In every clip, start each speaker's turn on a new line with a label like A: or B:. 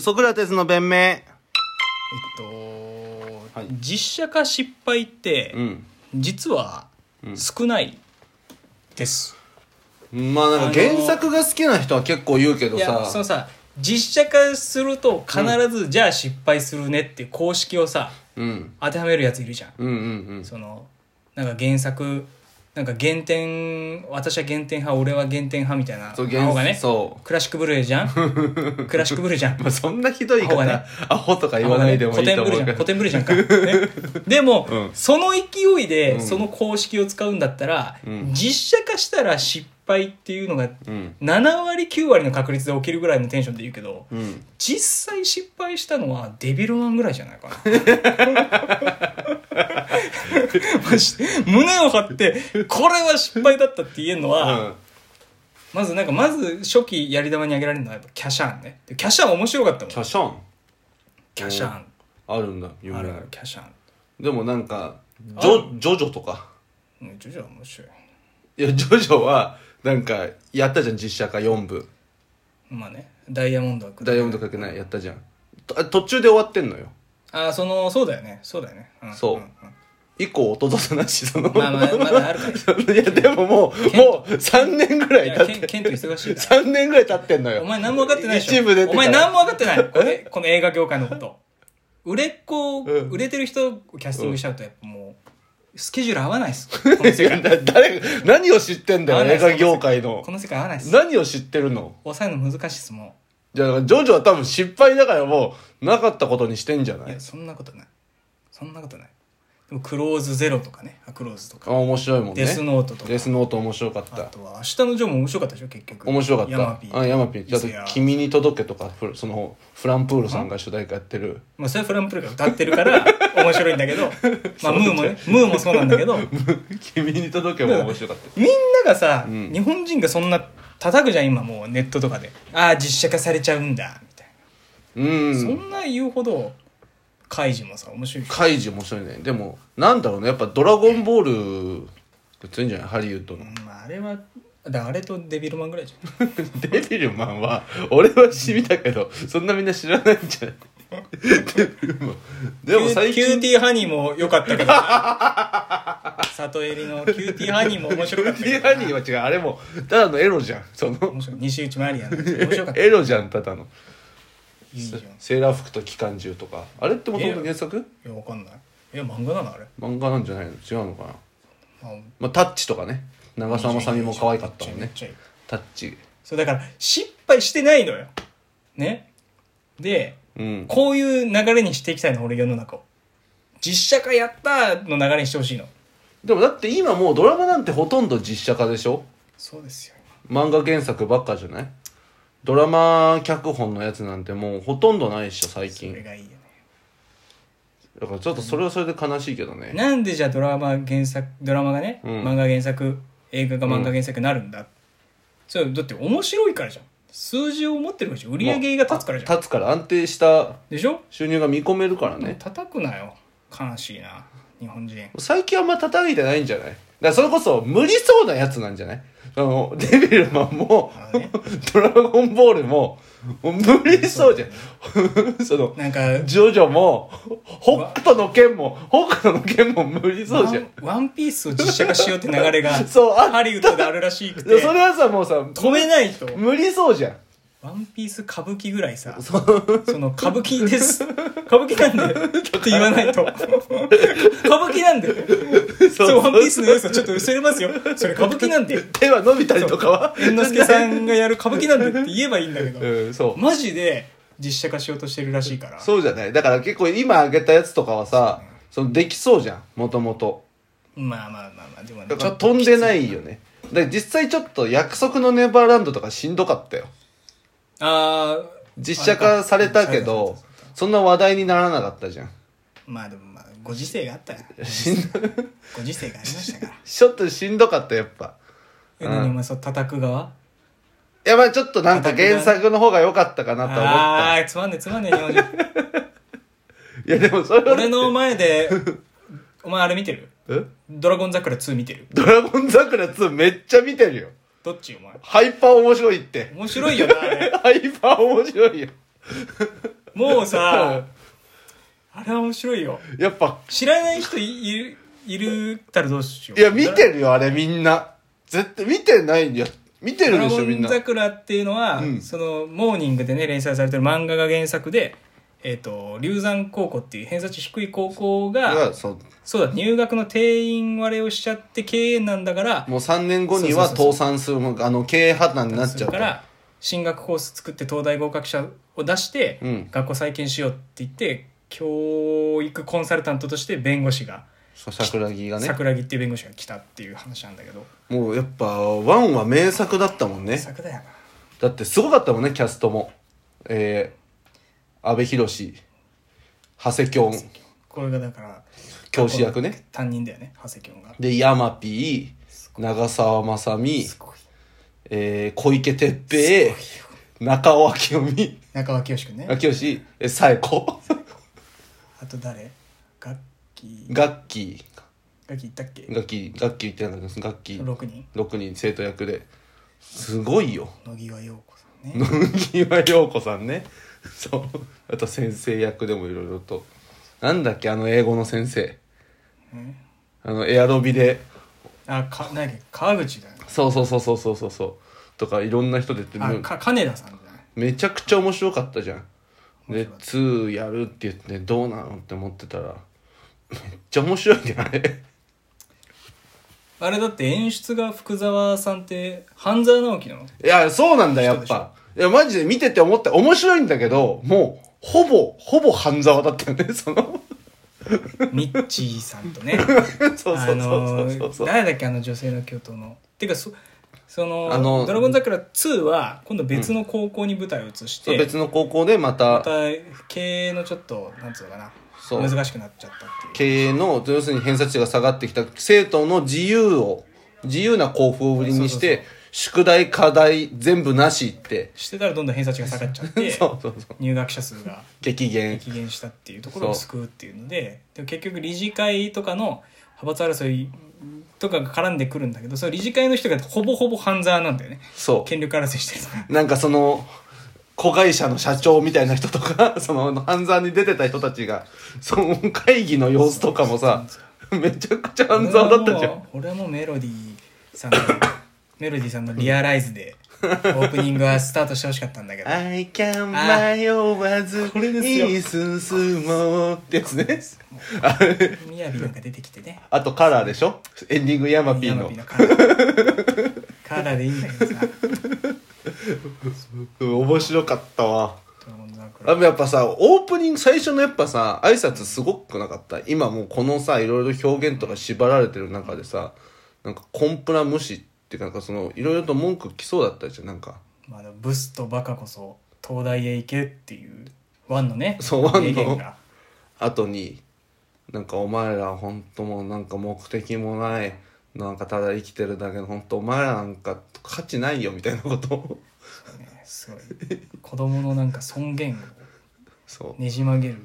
A: ソクラテスの弁明
B: えっと、
A: はい
B: 実写化失敗って、
A: うん
B: 実は少ないです、
A: まあなんか原作が好きな人は結構言うけど
B: いやそ
A: さ
B: のさ実写化すると必ず、じゃあ失敗するねっていう公式をさ
A: うん
B: 当てはめるやついるじゃん、
A: うんうん
B: そのなんか原作なんか原点私は原点派俺は原点派みたいな
A: そう
B: アホが
A: 原
B: ね
A: そう
B: クラシックブルーじ ゃんクラシックブルーじゃん
A: まあそんなひどい言い方
B: アホがね
A: アホとか言わないでもいいと思うけど
B: 古典ブルじゃん古典ブルじゃん か、ね、でも、
A: うん
B: その勢いで、
A: うん
B: その公式を使うんだったら、
A: うん
B: 実写化したら失敗っていうのが
A: うん
B: 7割9割の確率で起きるぐらいのテンションで言うけど、
A: うん
B: 実際失敗したのはデビルマンぐらいじゃないかな マジで胸を張ってこれは失敗だったって言えるのは、まずなんかまず初期やり玉に挙げられるのはやっぱキャシャーンねでキャシャーン面白かったもん
A: キャシャン
B: キャシャーン
A: あるんだ有名
B: あるあるキャシャン
A: でもなんかジョジョジョとか
B: うんジョジョは面白い
A: いやジョジョはなんかやったじゃん実写化4部
B: まあねダイヤモンドは
A: ダイヤモンドかけないやったじゃんとあ途中で終わってんのよ
B: ああそのそうだよねそうだよね、ん
A: そうん
B: ん
A: 以降弟となしその
B: まあまあまだあるから
A: いやでももうもう3年ぐらい
B: い
A: 経
B: やケ
A: っ
B: ン
A: て
B: ケン ト忙しいな
A: 3年ぐらい経ってんのよ
B: お前何も分かってないでしょ
A: 一部出て
B: お前何も分かってないこれこの映画業界のこと売れっ子、
A: うん
B: 売れてる人をキャスティングしちゃうとやっぱもうスケジュール合わないっ すこの
A: い
B: 世
A: や
B: 界
A: だ誰何を知ってんだ
B: 合わ
A: よ
B: ない
A: 映
B: っす
A: 画業界の
B: この世界合わないっす
A: 何を知ってるの
B: 抑えるの難しいっすも
A: じゃあジョジョは多分失敗だからもうなかったことにしてんじゃ
B: う
A: ないい
B: やそんなことないそんなことないでもクローズゼロとかねあクローズと
A: あ
B: か、
A: 面白いもんね
B: デスノートとか
A: デスノート面白かっ
B: あ
A: た
B: とは「明日のジョー」も面白かったでしょ結局
A: 面白かった
B: ヤマピ
A: あ
B: ー
A: ヤマピー
B: 伊勢
A: あ
B: 屋
A: と「君に届け」とかフそのフランプールさんが主題歌やって る
B: まあそれはフランプールが歌ってるから面白いんだ けどまあムーもねムーもそうなんだけどみん
A: 「君に届け」も面白かった
B: ながさ、
A: うん
B: 日本人がそんな叩くじゃん今もうネットとかでああ実写化されちゃうんだみた いう
A: ん
B: な、そんな言うほどカイジもさ面白いし
A: カイジ面白いねでもなんだろうねやっぱ「ドラゴンボール」強いんじゃないハリウッドの
B: うんまああれはだあれとデビルマンぐらいじゃん
A: デビルマンは俺は知りたけどそんなみんな知らないんじゃないデビルマンでも最
B: キュー
A: 近
B: ティーハニーも良かっ たけどな里襟のキューティーハニーも面白かったけ
A: ディ
B: ど
A: ー
B: な
A: ハニーは違うあれもただのエロじゃんその
B: 面白い西内マリアのやつ面白かったい
A: エロじゃんただの
B: いじゃんい
A: セーラー服と機関銃とかあれってもともと原作
B: やわかんないえ漫画なのあれ、
A: 漫画なんじゃないの違うのかな
B: まあ
A: まあタッチとかね長澤まさみも可愛かったもん
B: めっ
A: ね
B: ちゃいい
A: タッチ
B: そうだから失敗してないのよねで
A: うん
B: こういう流れにしていきたいの俺世の中を実写化やったーの流れにしてほしいの
A: でもだって今もうドラマなんてほとんど実写化でしょ
B: そうですよ
A: 漫画原作ばっかじゃないドラマ脚本のやつなんてもうほとんどないっしょ最
B: それ
A: 近
B: がいいよね
A: だからちょっとそれはそれで悲しいけどね
B: なんでじゃあドラマ原作ドラマがね、
A: うん
B: 漫画原作映画が漫画原作になるんだ、それだって面白いからじゃん数字を持ってるからじゃん売り上げが立つからじゃん
A: 立つから安定した
B: でしょ
A: 収入が見込めるからね
B: 叩くなよ悲しいな日本人
A: 最近あんま叩いてないんじゃないだからそれこそ無理そうなやつなんじゃないあのデビルマンも
B: あのね
A: ドラゴンボールももう無理そうじゃんその
B: なんか
A: ジョジョも北斗の剣も北斗の剣も無理そうじゃん
B: ワンワンピースを実写化しようって流れが
A: そうあ
B: ハリウッドであるらしく
A: いや
B: て
A: それはさもうさ
B: 止めないと
A: 無理そうじゃん
B: ワンピース歌舞伎ぐらいさその歌舞 伎です歌舞伎なんでって言わないと歌舞伎なんで
A: そ
B: そうワンピースの要素ちょっと薄れますよそれ歌舞伎なんで
A: 手は伸びたりとかは
B: 猿之助さんがやる歌舞伎なんでって言えばいいんだけど
A: うんそう
B: マジで実写化しようとしてるらしいから
A: そうじゃないだから結構今あげたやつとかはさそのできそうじゃんもともと
B: まあまあまあまあでもね
A: だから飛んでないよねだから実際ちょっと約束のネバーランドとかしんどかったよ
B: ああ
A: 実写化されたけどそんな話題にならなかったじゃん
B: まあでもまあご時世があった よ
A: しんど
B: ご時世がありましたから
A: ちょっとしんどかったやっぱ
B: え何お前そう叩く側
A: いやまあちょっとなんか原作の方が良かったかなとは思った
B: ああーつまんねえつまんねえ日 本人
A: いやでもそれは
B: 俺の前でお前あれ見てる
A: え
B: ドラゴン桜2見てる
A: ドラゴン桜2めっちゃ見てるよ
B: どっちお前
A: ハイパー面白いって
B: 面白いよなあれ
A: ハイパー面白いよ。
B: もうさ、あれは面白いよ。
A: やっぱ
B: 知らない人いいる、いるたらどうしよう。
A: いや見てるよあれみんな絶対見てないんだよ見てる
B: ドラ
A: でし
B: ゴ
A: ょみん
B: ン
A: な
B: 桜っていうのは、
A: うん
B: そのモーニングでね連載されてる漫画が原作で、えっと龍山高校っていう偏差値低い高校が
A: がそう
B: そうだ入学の定員割れをしちゃって経営難だから
A: もう3年後には
B: そうそうそう
A: 倒産するもうあの経営破綻になっちゃう
B: それから進学コース作って東大合格者を出して、
A: うん
B: 学校再建しようって言って教育コンサルタントとして弁護士が、
A: そう桜木がね
B: 桜木っていう弁護士が来たっていう話なんだけど
A: もうやっぱワンは名作だったもんね
B: 桜だよな
A: だってすごかったもんねキャストもえー、安部寛長谷京
B: これがだから
A: 教師役ね
B: 担任だよね長谷君が
A: で山ピー長澤まさみ
B: すごい
A: えー、小池徹平
B: すごいよ
A: 中尾明美
B: 中川清君ね
A: 明慶え冴子
B: あと誰楽器
A: 楽器
B: 楽器いったっけ
A: 楽器楽器言ってなんだけど楽器
B: 6人
A: 6人生徒役ですごいよ
B: 野際陽子さんね
A: 野際陽子さんね そうあと先生役でもいろいろとなんだっけあの英語の先生
B: うん
A: あのエアロビで
B: あか何だっけ川口だよね
A: そうそうそうそうそうそうそうとかいろんな人出て
B: あ
A: め
B: か金田さんじゃない
A: めちゃくちゃ面白かったじゃん
B: 面白
A: で
B: かった
A: 2やるって言ってどうなのって思ってたらめっちゃ面白いねあれ
B: あれだって演出が福沢さんって半沢 直樹の
A: いやそうなんだやっ
B: 人でし
A: ぱいやマジで見てて思った面白いんだけどもうほぼほぼ半沢だったよね その
B: ミッチーさんとね
A: そうそうそうそうそう、
B: あの誰だっけあの女性の教頭のてかそその
A: あの
B: ドラゴン桜2」は今度別の高校に舞台を移して、
A: そう別の高校でまた
B: また経営のちょっとなんつうのかな
A: そう
B: 難しくなっちゃったって
A: 経
B: いう
A: 営の要するに偏差値が下がってきた生徒の自由を自由な交付を売りにして
B: そ
A: 宿題課題全部なしって
B: してたらどんどん偏差値が下がっちゃって
A: そうそうそう
B: 入学者数が
A: 激減
B: 激減したっていうところを救うっていうのででも結局理事会とかの派閥争いとかが絡んでくるんだけどその理事会の人がほぼほぼ半沢なんだよね
A: そ
B: 権力争いしてるとか
A: うなんかその子会社の社長みたいな人とか その半沢に出てた人たちがその会議の様子とかもさめちゃくちゃ半沢だったじゃん
B: 俺はもう俺はもうメロディーさ んのメロディーさんの「リアライズ」でオープニングはスタートしてほしかったんだけど
A: I can 迷わず
B: これですよ
A: い進もうってやつねあれ
B: みやびなんか出てきてね
A: あとカラーでしょエンディングヤマピー
B: ヤマ
A: の
B: ピーのカラーカラーでいいんだけど さ
A: うん面白かったわ
B: ドラゴン
A: あ
B: 桜
A: やっぱさオープニング最初のやっぱさ挨拶すごくなかった今もうこのさいろいろ表現とか縛られてる中でさなんかコンプラ無視っていうかなんかそのいろいろと文句来そうだったじゃんなんか
B: まあでもブスとバカこそ東大へ行けっていうワンのね
A: そうワンの
B: 名言が
A: 後になんかお前ら本当もうなんか目的もないなんかただ生きてるだけの本当お前らなんか価値ないよみたいなこと を
B: ねすごい子供のなんか尊厳
A: そう
B: をねじ曲げる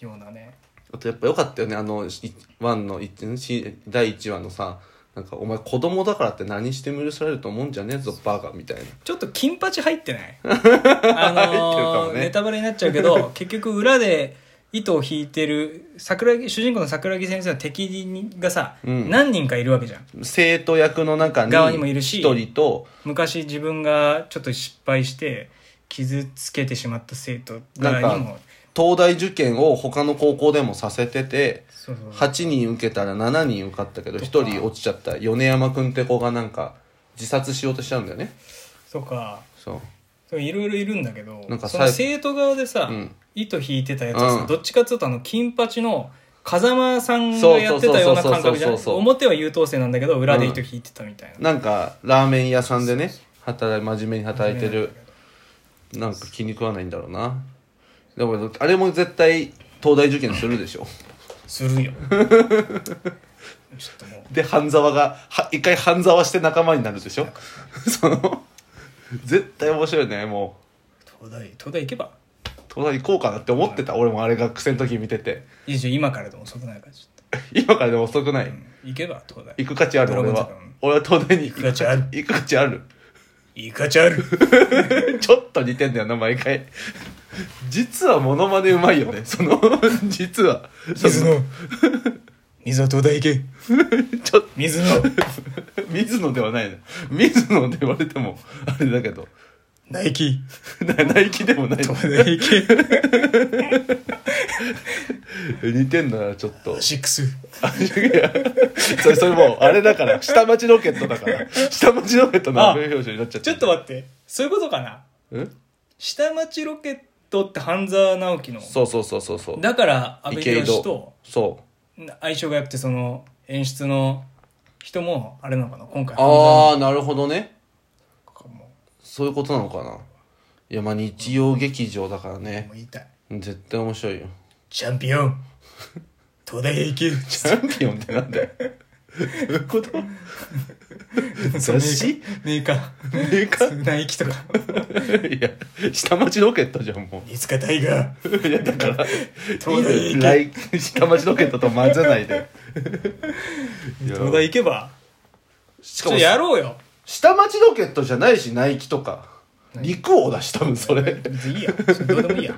B: ようなね
A: あとやっぱ良かったよねあのしワンの一し第1話のさなんかお前子供だからって何しても許されると思うんじゃねえぞバカみたいな
B: ちょっと金八入ってない あ
A: 入ってるか
B: の
A: も
B: ー
A: ね
B: ネタバレになっちゃうけど 結局裏で糸を引いてる桜木主人公の桜木先生の敵がさ、
A: うん
B: 何人かいるわけじゃん
A: 生徒役の中に
B: 側にもいるし
A: 一人と
B: 昔自分がちょっと失敗して傷つけてしまった生徒
A: なん
B: 側に
A: か
B: も
A: 東大受験を他の高校でもさせてて
B: そうそう
A: 8人受けたら7人受かったけど1人落ちちゃった米山君って子がなんか自殺しようとしちゃうんだよね
B: とか
A: そう
B: そういろいろいるんだけど
A: なんか
B: そ
A: さ
B: の生徒側でさ、
A: うん
B: 糸引いてたやつはさ、
A: うん
B: どっちかっつうとあの金八の風間さんがやってたような感覚じ
A: そ
B: ゃ
A: うそうそうそうそ
B: な
A: う
B: い
A: そう
B: 表は優等生なんだけど裏で糸引いてたみたいな、
A: なんかラーメン屋さんでね働い真面目に働いてるなんか気に食わないんだろうなでもあれも絶対東大受験するでしょ
B: する よちょっともう
A: で半沢がは一回半沢して仲間になるでしょ その絶対面白いねも
B: 東大東大行けば
A: う東大行こうかなって思ってた俺もあれ学生の時見てて
B: いいじゃん今からでも遅くないからちょっ
A: 今からでも遅くない、
B: と、うん、行けば東大
A: 行く価値ある
B: ドラ
A: 俺
B: ゴン
A: は
B: 坂うん
A: 俺は東大に行
B: 行く価値ある
A: 行く価値ある
B: イカチャル
A: ちょっと似てんだよな毎回 実はモノマネうまい よねその実は
B: 水野水野東大行け
A: ちょっと
B: 水野
A: 水野ではないの水野って言われてもあれだけど
B: ナイキ
A: なナイキでもないの
B: 東大行け
A: 似てんなちょ っと
B: シックス
A: あいやそれそれもうあれだから下町ロケットだから下町ロケットの表彰になっちゃって
B: ちょっと待ってそういうことかなん下町ロケットって半沢直樹の
A: そうそうそうそうそう
B: だから阿部
A: 池井
B: 寛
A: 戸
B: と
A: そう
B: 相性が良くてその演出の人もあれなのかな今回
A: ああなるほどね
B: 半沢直樹も
A: そういうことなのかないやまあ日曜劇場だから
B: も
A: ね
B: う言いたい
A: 絶対面白いよ
B: チャンピオン東大へ行け
A: チャンピオンって なんだよどういうこと雑誌
B: ねえか
A: メーカー
B: ナイキとか
A: いや下町ロケットじゃんも
B: いつかタイガー
A: ういやだから
B: 東大へ行け
A: 来下町ロケットと混ぜないで いや
B: 東大行けば
A: し
B: ちょっとやろうよ
A: 下町ロケットじゃないしナイキとか陸王だし多分それ
B: 別にいいやそれどうでもいいや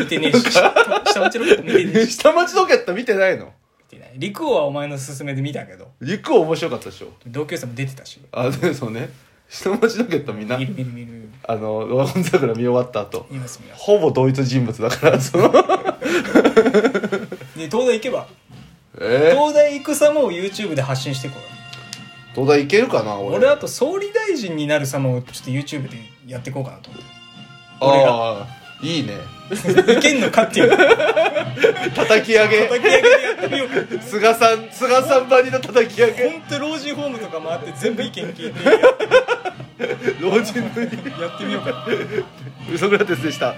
B: 見てねえし下町ロケット見てねえし
A: 下町ロケット見てないの
B: 見てない陸王はお前の勧めで見たけど
A: 陸王面白かったでしょ
B: 同級生も出てたし
A: あでそうね下町ロケットみんな
B: 見る見る見る
A: あの「ドラゴン桜」見終わった後
B: 見ます見ます
A: ほぼ同一人物だからその
B: で東大行けば
A: えー、
B: 東大行く様を YouTube で発信していこうよ
A: 東大いけるかな俺
B: 俺あと総理大臣になる様をちょっと YouTube でやっていこうかなと思俺が
A: ああいいね
B: っていけんのかっていう
A: 叩き上げ
B: 叩き上げでやってみようか
A: 菅さん菅さんばりの叩き上げ
B: 本当老人ホームとか回って全部意見聞いてや
A: 老人ぶり
B: ってみようかな
A: ウソクラテスでした